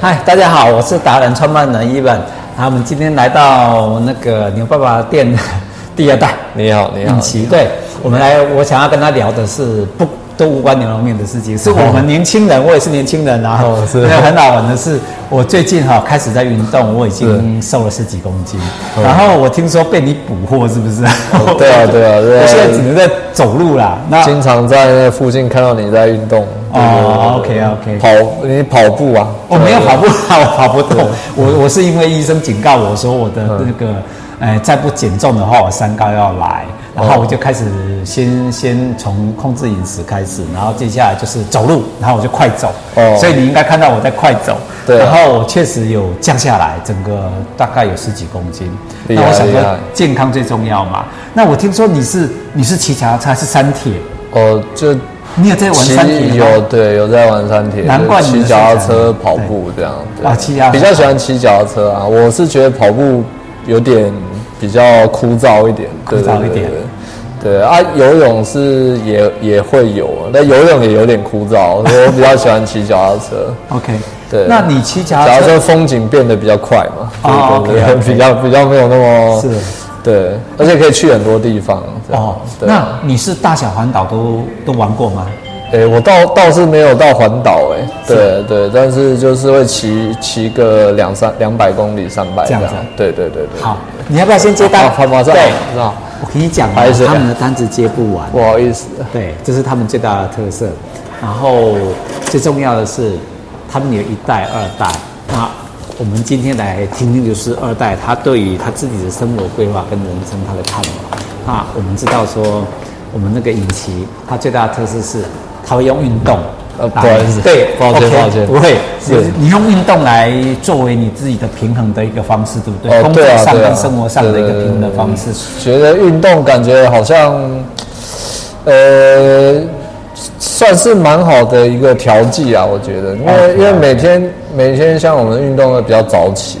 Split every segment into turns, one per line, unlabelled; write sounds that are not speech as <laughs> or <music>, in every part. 嗨，大家好，我是达人创办人伊本。啊，我们今天来到那个牛爸爸店 <laughs> 的第二代
你好，你好
尹，奇。对，我们来，我想要跟他聊的是不都无关牛肉面的事
<laughs>
情，是我们年轻人，我也是年轻人啊。
哦是
<laughs> 那很好玩的是，我最近哈、开始在运动，我已经瘦了十几公斤。然后我听说被你补货，是不是？
哦对啊对啊对
<laughs>
啊
我现在只能在走路啦。那
经常在那附近看到你在运动。
哦
对对对
OK，OK
跑你跑步啊？
我没有跑步啊，我跑不动。我我是因为医生警告我说我的
嗯
那个，呃，再不减重的话，我三高要来。然后我就开始先先从控制饮食开始，然后接下来就是走路，然后我就快走。
哦
所以你应该看到我在快走。
对啊
然后我确实有降下来，整个大概有十几公斤。
厉
那
害
我想说
厉害
健康最重要嘛。那我听说你是你是骑脚踏车还是山铁？
哦，就
你有在玩山铁
骑
吗？
有对有在玩山铁，
难怪
就是
你
骑
的
脚踏车
身材
跑步这样。对
啊骑脚踏车
比较喜欢骑脚踏车啊。我是觉得跑步有点比较枯燥一点，对
枯燥一
对对
点
对对啊，游泳是也也会有，但游泳也有点枯燥，所以我比较喜欢骑脚踏车。
OK。
对
那你骑脚踏
假如
车
说风景变得比较快嘛，
哦
对对
啊 OK，OK
对， <laughs> 比较比较没有那么
是，
对，而且可以去很多地方。这样
哦，
对，
那你是大小环岛都都玩过吗？
诶，我倒倒是没有到环岛，诶，对对，但是就是会骑骑个两三两百公里、三百
这
这
样
样
子，
对对对对。
好，你要不要先接
好
单？
好，马上，
对，
马上，
我跟你讲啊，
不好意思
他们的单子接不完。
不好意思，
对，这是他们最大的特色。然后最重要的是，他们有一代、二代。那我们今天来听听，就是二代他对于他自己的生活规划跟人生他的看法。那我们知道说，我们那个尹奇，他最大的特色是，他会用运动。啊
呃不好意思
对，
抱歉
OK，
抱歉
不会，
是
你你用运动来作为你自己的平衡的一个方式，对不对？
哦
工作
对啊
上
对啊
跟生活上的一个
对对对
平衡的方式。
觉得运动感觉好像，呃，算是蛮好的一个调剂啊，我觉得，因为因为每天每天像我们运动的比较早起，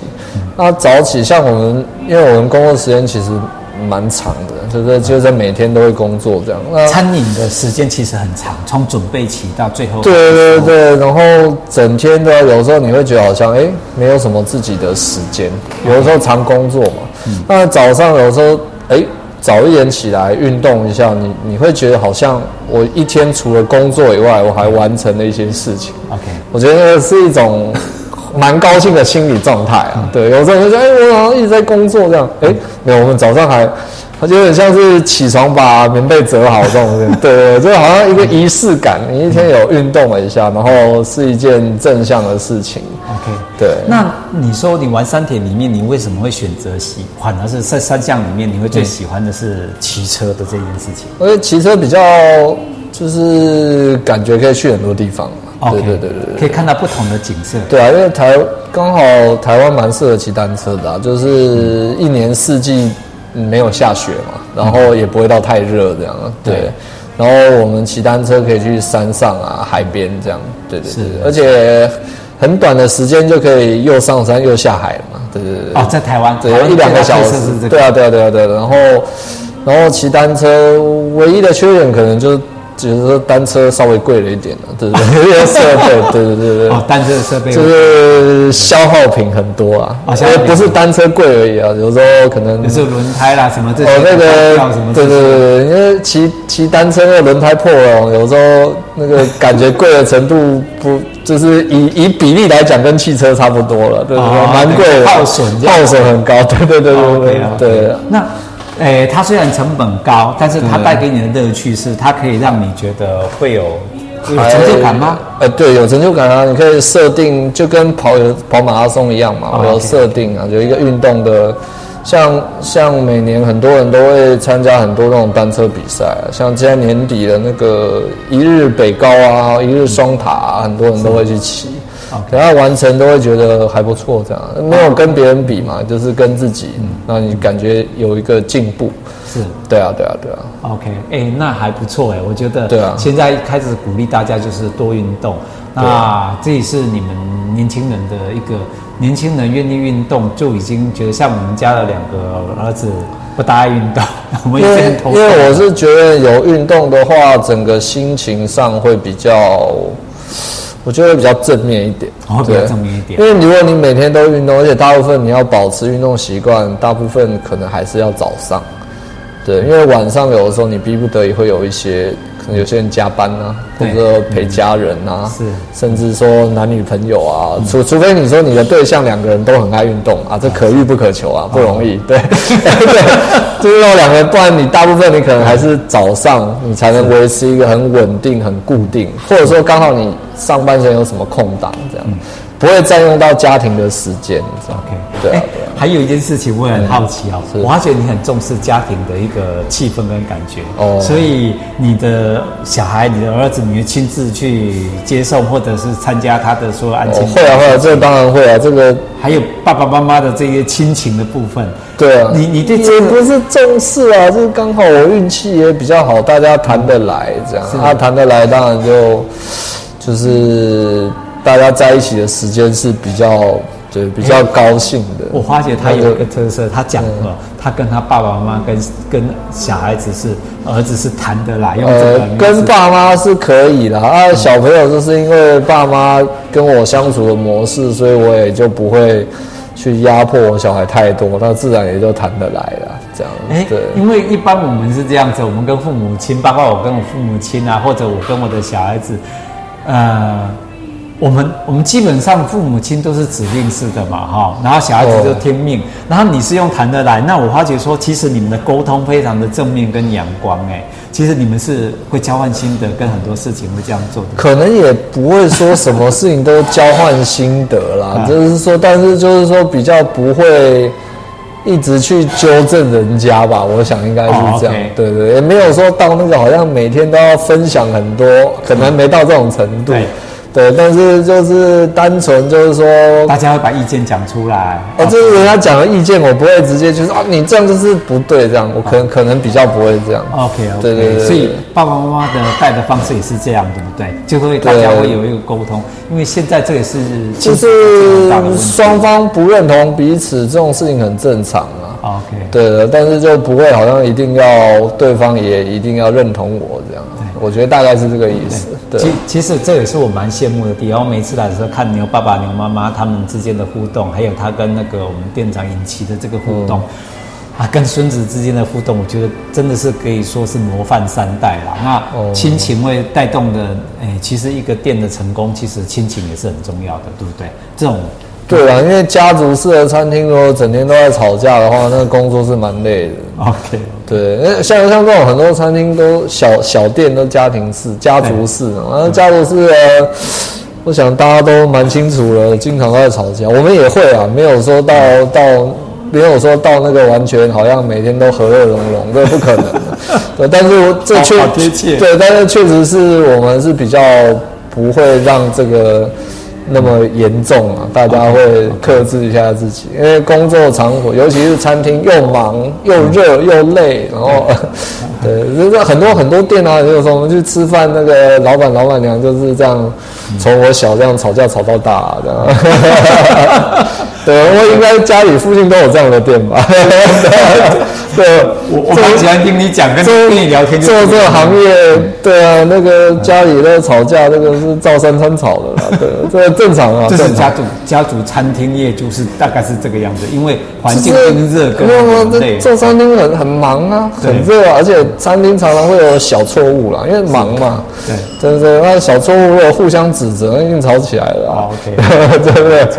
那早起像我们，因为我们工作时间其实蛮长的，就是就是每天都会工作这样，那
餐饮的时间其实很长，从准备起到最后。
对对对，然后整天的有时候你会觉得好像哎、诶没有什么自己的时间，有的时候常工作嘛。那早上有时候哎、诶早一点起来运动一下，你你会觉得好像我一天除了工作以外，我还完成了一些事情。
OK，
我觉得是一种 <laughs> 蛮高兴的心理状态
嗯
啊。对，有时候就觉得，哎、我好像一直在工作这样，哎、没有，我们早上还，它就有点像是起床把棉被折好这
<laughs>
种，对对，对就好像一个仪式感。你一天有运动了一
嗯
下，然后是一件正向的事情，
OK，
对。
那你说你玩山铁里面，你为什么会选择喜欢？而是在三项里面，你会最喜欢的是骑车的这件事情。
我觉得骑车比较就是感觉可以去很多地方嘛，
OK，
对对对对对。
可以看到不同的景色。
对啊，因为台刚好台湾蛮适合骑单车的、啊，就是一年四季嗯没有下雪嘛，然后也不会到太热这样
嗯
啊。对，然后我们骑单车可以去山上啊、海边这样。对对对，
啊
而且很短的时间就可以又上山又下海了嘛。对对对。
哦，在台湾，
对
台，湾
一两个小
最大
时
特色是这个。
对啊，对啊，对啊，对啊。然后，然后骑单车唯一的缺点可能就只是说单车稍微贵了一点了，对对对，
<laughs>
因为设备，对对对对。
哦，单车的设备。
就是消耗品很多啊，
哦消耗
也
品
不是单车贵而已啊，有时候可能
就是轮胎啦，什么这些，
哦那
掉什么
个，
这
对
些
对对对，因为骑骑单车那个轮胎破了哦，有时候那个感觉贵的程度不，就是以以比例来讲跟汽车差不多了，对对对
哦，
蛮贵
那
的，
个耗损这样哦
耗损很高，对对对对对
OK，OK
对。
那，诶、它虽然成本高，但是它带给你的乐趣是，它可以让你觉得会有有
还
成就感吗？？
呃，对，有成就感啊！你可以设定，就跟跑跑马拉松一样嘛，我有
哦 OK
设定啊，有一个运动的，像像每年很多人都会参加很多那种单车比赛、啊，像今天年底的那个一日北高啊，一日双塔啊，很多人都会去骑。
嗯
等他完成都会觉得还不错，这样没有跟别人比嘛，就是跟自己，
嗯
那你感觉有一个进步，
是
对啊，对啊，对啊，
OK，哎、那还不错哎，我觉得。
对啊
现在开始鼓励大家就是多运动，那
啊
这也是你们年轻人的一个年轻人愿意运动，就已经觉得像我们家的两个儿子不大爱运动， <laughs> 我们
因
也是
为
很头啊
因
痛。
为我是觉得有运动的话，整个心情上会比较，我觉得会比较正面一点，
哦比较正面一点
因为如果你每天都运动，而且大部分你要保持运动习惯，大部分可能还是要早上，对，
嗯
因为晚上有的时候你逼不得已会有一些，可能有些人加班啊，或
对嗯
者陪家人啊，
是
甚至说男女朋友啊，除除非你说你的对象两个人都很爱运动啊，这可遇不可求啊，不容易。对， <laughs> 对，就是要两个人，不然你大部分你可能还是早上你才能维持一个很稳定、很固定，或者说刚好你上半身有什么空档这样，不会占用到家庭的时间，你知道吗
OK，
对啊
哎，还有一件事情我很好奇哦，
是
我发觉你很重视家庭的一个气氛跟感觉，
哦
所以你的小孩、你的儿子，你会亲自去接送或者是参加他的所有安亲
哦
班，
会啊会啊，这个当然会啊，这个
还有爸爸妈妈的这些亲情的部分，
对啊，
你你对这
也
个
不是重视啊，就是刚好我运气也比较好，大家谈得来这样，啊谈得来当然就就是大家在一起的时间是比较对比较高兴的。
我发觉他有一个特色，他讲了，他跟他爸爸妈妈跟跟小孩子是儿子是谈得来，用这
呃
个名，字
跟爸妈是可以的
嗯
啊，小朋友就是因为爸妈跟我相处的模式，所以我也就不会去压迫我小孩太多，那自然也就谈得来了。这样，
哎
对，，
因为一般我们是这样子，我们跟父母亲，包括我跟我父母亲啊，或者我跟我的小孩子，呃，我们我们基本上父母亲都是指令式的嘛，哈、然后小孩子就听命，然后你是用谈得来，那我发觉说，其实你们的沟通非常的正面跟阳光、哎，其实你们是会交换心得，跟很多事情会这样做的。
可能也不会说什么事情都交换心得啦，
嗯
就是说，但是就是说比较不会一直去纠正人家吧，我想应该是这
哦
样，
，OK
对对，也没有说到那个好像每天都要分享很多，可能没到这种程度，
嗯对
对，但是就是单纯就是说
大家会把意见讲出来，
哦，就是人家讲的意见，我不会直接就是啊，你这样就是不对，这样，我可能、可能比较不会这样。
OK OK，
对对对对
哦所以爸爸妈妈的带的方式也是这样，对不对？就会大
对
家会有一个沟通，因为现在这也是亲
就
子之间很
是
大的问题
双方不认同彼此这种事情很正常啊。
OK
对的，但是就不会好像一定要对方也一定要认同我这样。我觉得大概是这个意思。对
其，其实这也是我蛮羡慕的地方。我每次来的时候看牛爸爸、牛妈妈他们之间的互动，还有他跟那个我们店长尹奇的这个互
嗯
动，啊，跟孙子之间的互动，我觉得真的是可以说是模范三代啦。那
哦
亲情会带动的，哎、其实一个店的成功，其实亲情也是很重要的，对不对？这种
对啊，因为家族式的餐厅如果整天都在吵架的话，那个工作是蛮累的。
OK。
对，那像像这种很多餐厅都小小店都家庭式、家族式的，
嗯
然后家族式的，我想大家都蛮清楚了，经常都在吵架，我们也会啊，没有说到
嗯
到没有说到那个完全好像每天都和乐融融，这不可能
<laughs>
的。对，但是这确
好好贴切
对，但是确实是我们是比较不会让这个。那么严重啊，大家会克制一下自己，因为工作场所，尤其是餐厅，又忙又
嗯
热又累，然后， <laughs> 对，就是很多很多店啊，有时候我们去吃饭，那个老板老板娘就是这样，
嗯
从我小这样吵架吵到大、啊，这
<laughs>
样。对，我应该家里附近都有这样的店吧？ <laughs> 对，
我我
这
蛮喜欢听你讲，跟跟你聊天就
<laughs> 做
是
这个行业，对啊，那个家里那个吵架，那个是照三餐吵的啦，对，这个正常啊，
这是
正
家
常。
族家族餐厅业就是大概是这个样子，因为环
就
境跟热
是
跟
没有
人
没
类
有，做餐厅很很忙啊，
对
很热啊，而且餐厅常常会有小错误啦，因为忙嘛，
对
对对，那小错误如果互相指责，那一定吵起来了啊
好 <laughs> OK
<laughs> 对不对？
对。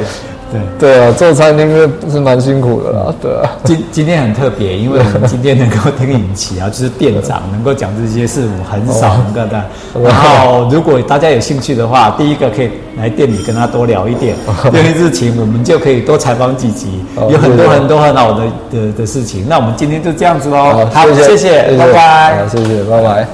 对啊，做餐厅是是蛮辛苦的啦，对啊。
今今天很特别， <laughs> 因为我们今天能够听尹奇啊， <laughs> 就是店长能够讲这些事，我很少能够的。然后，如果大家有兴趣的话，第一个可以来店里跟他多聊一 <laughs> 点，因为事情我们就可以多采访几集，
哦
有很
对
多
对
很多很好的的的事情。那我们今天就这样子喽，
好
好，谢谢，拜拜
好。谢谢，拜拜。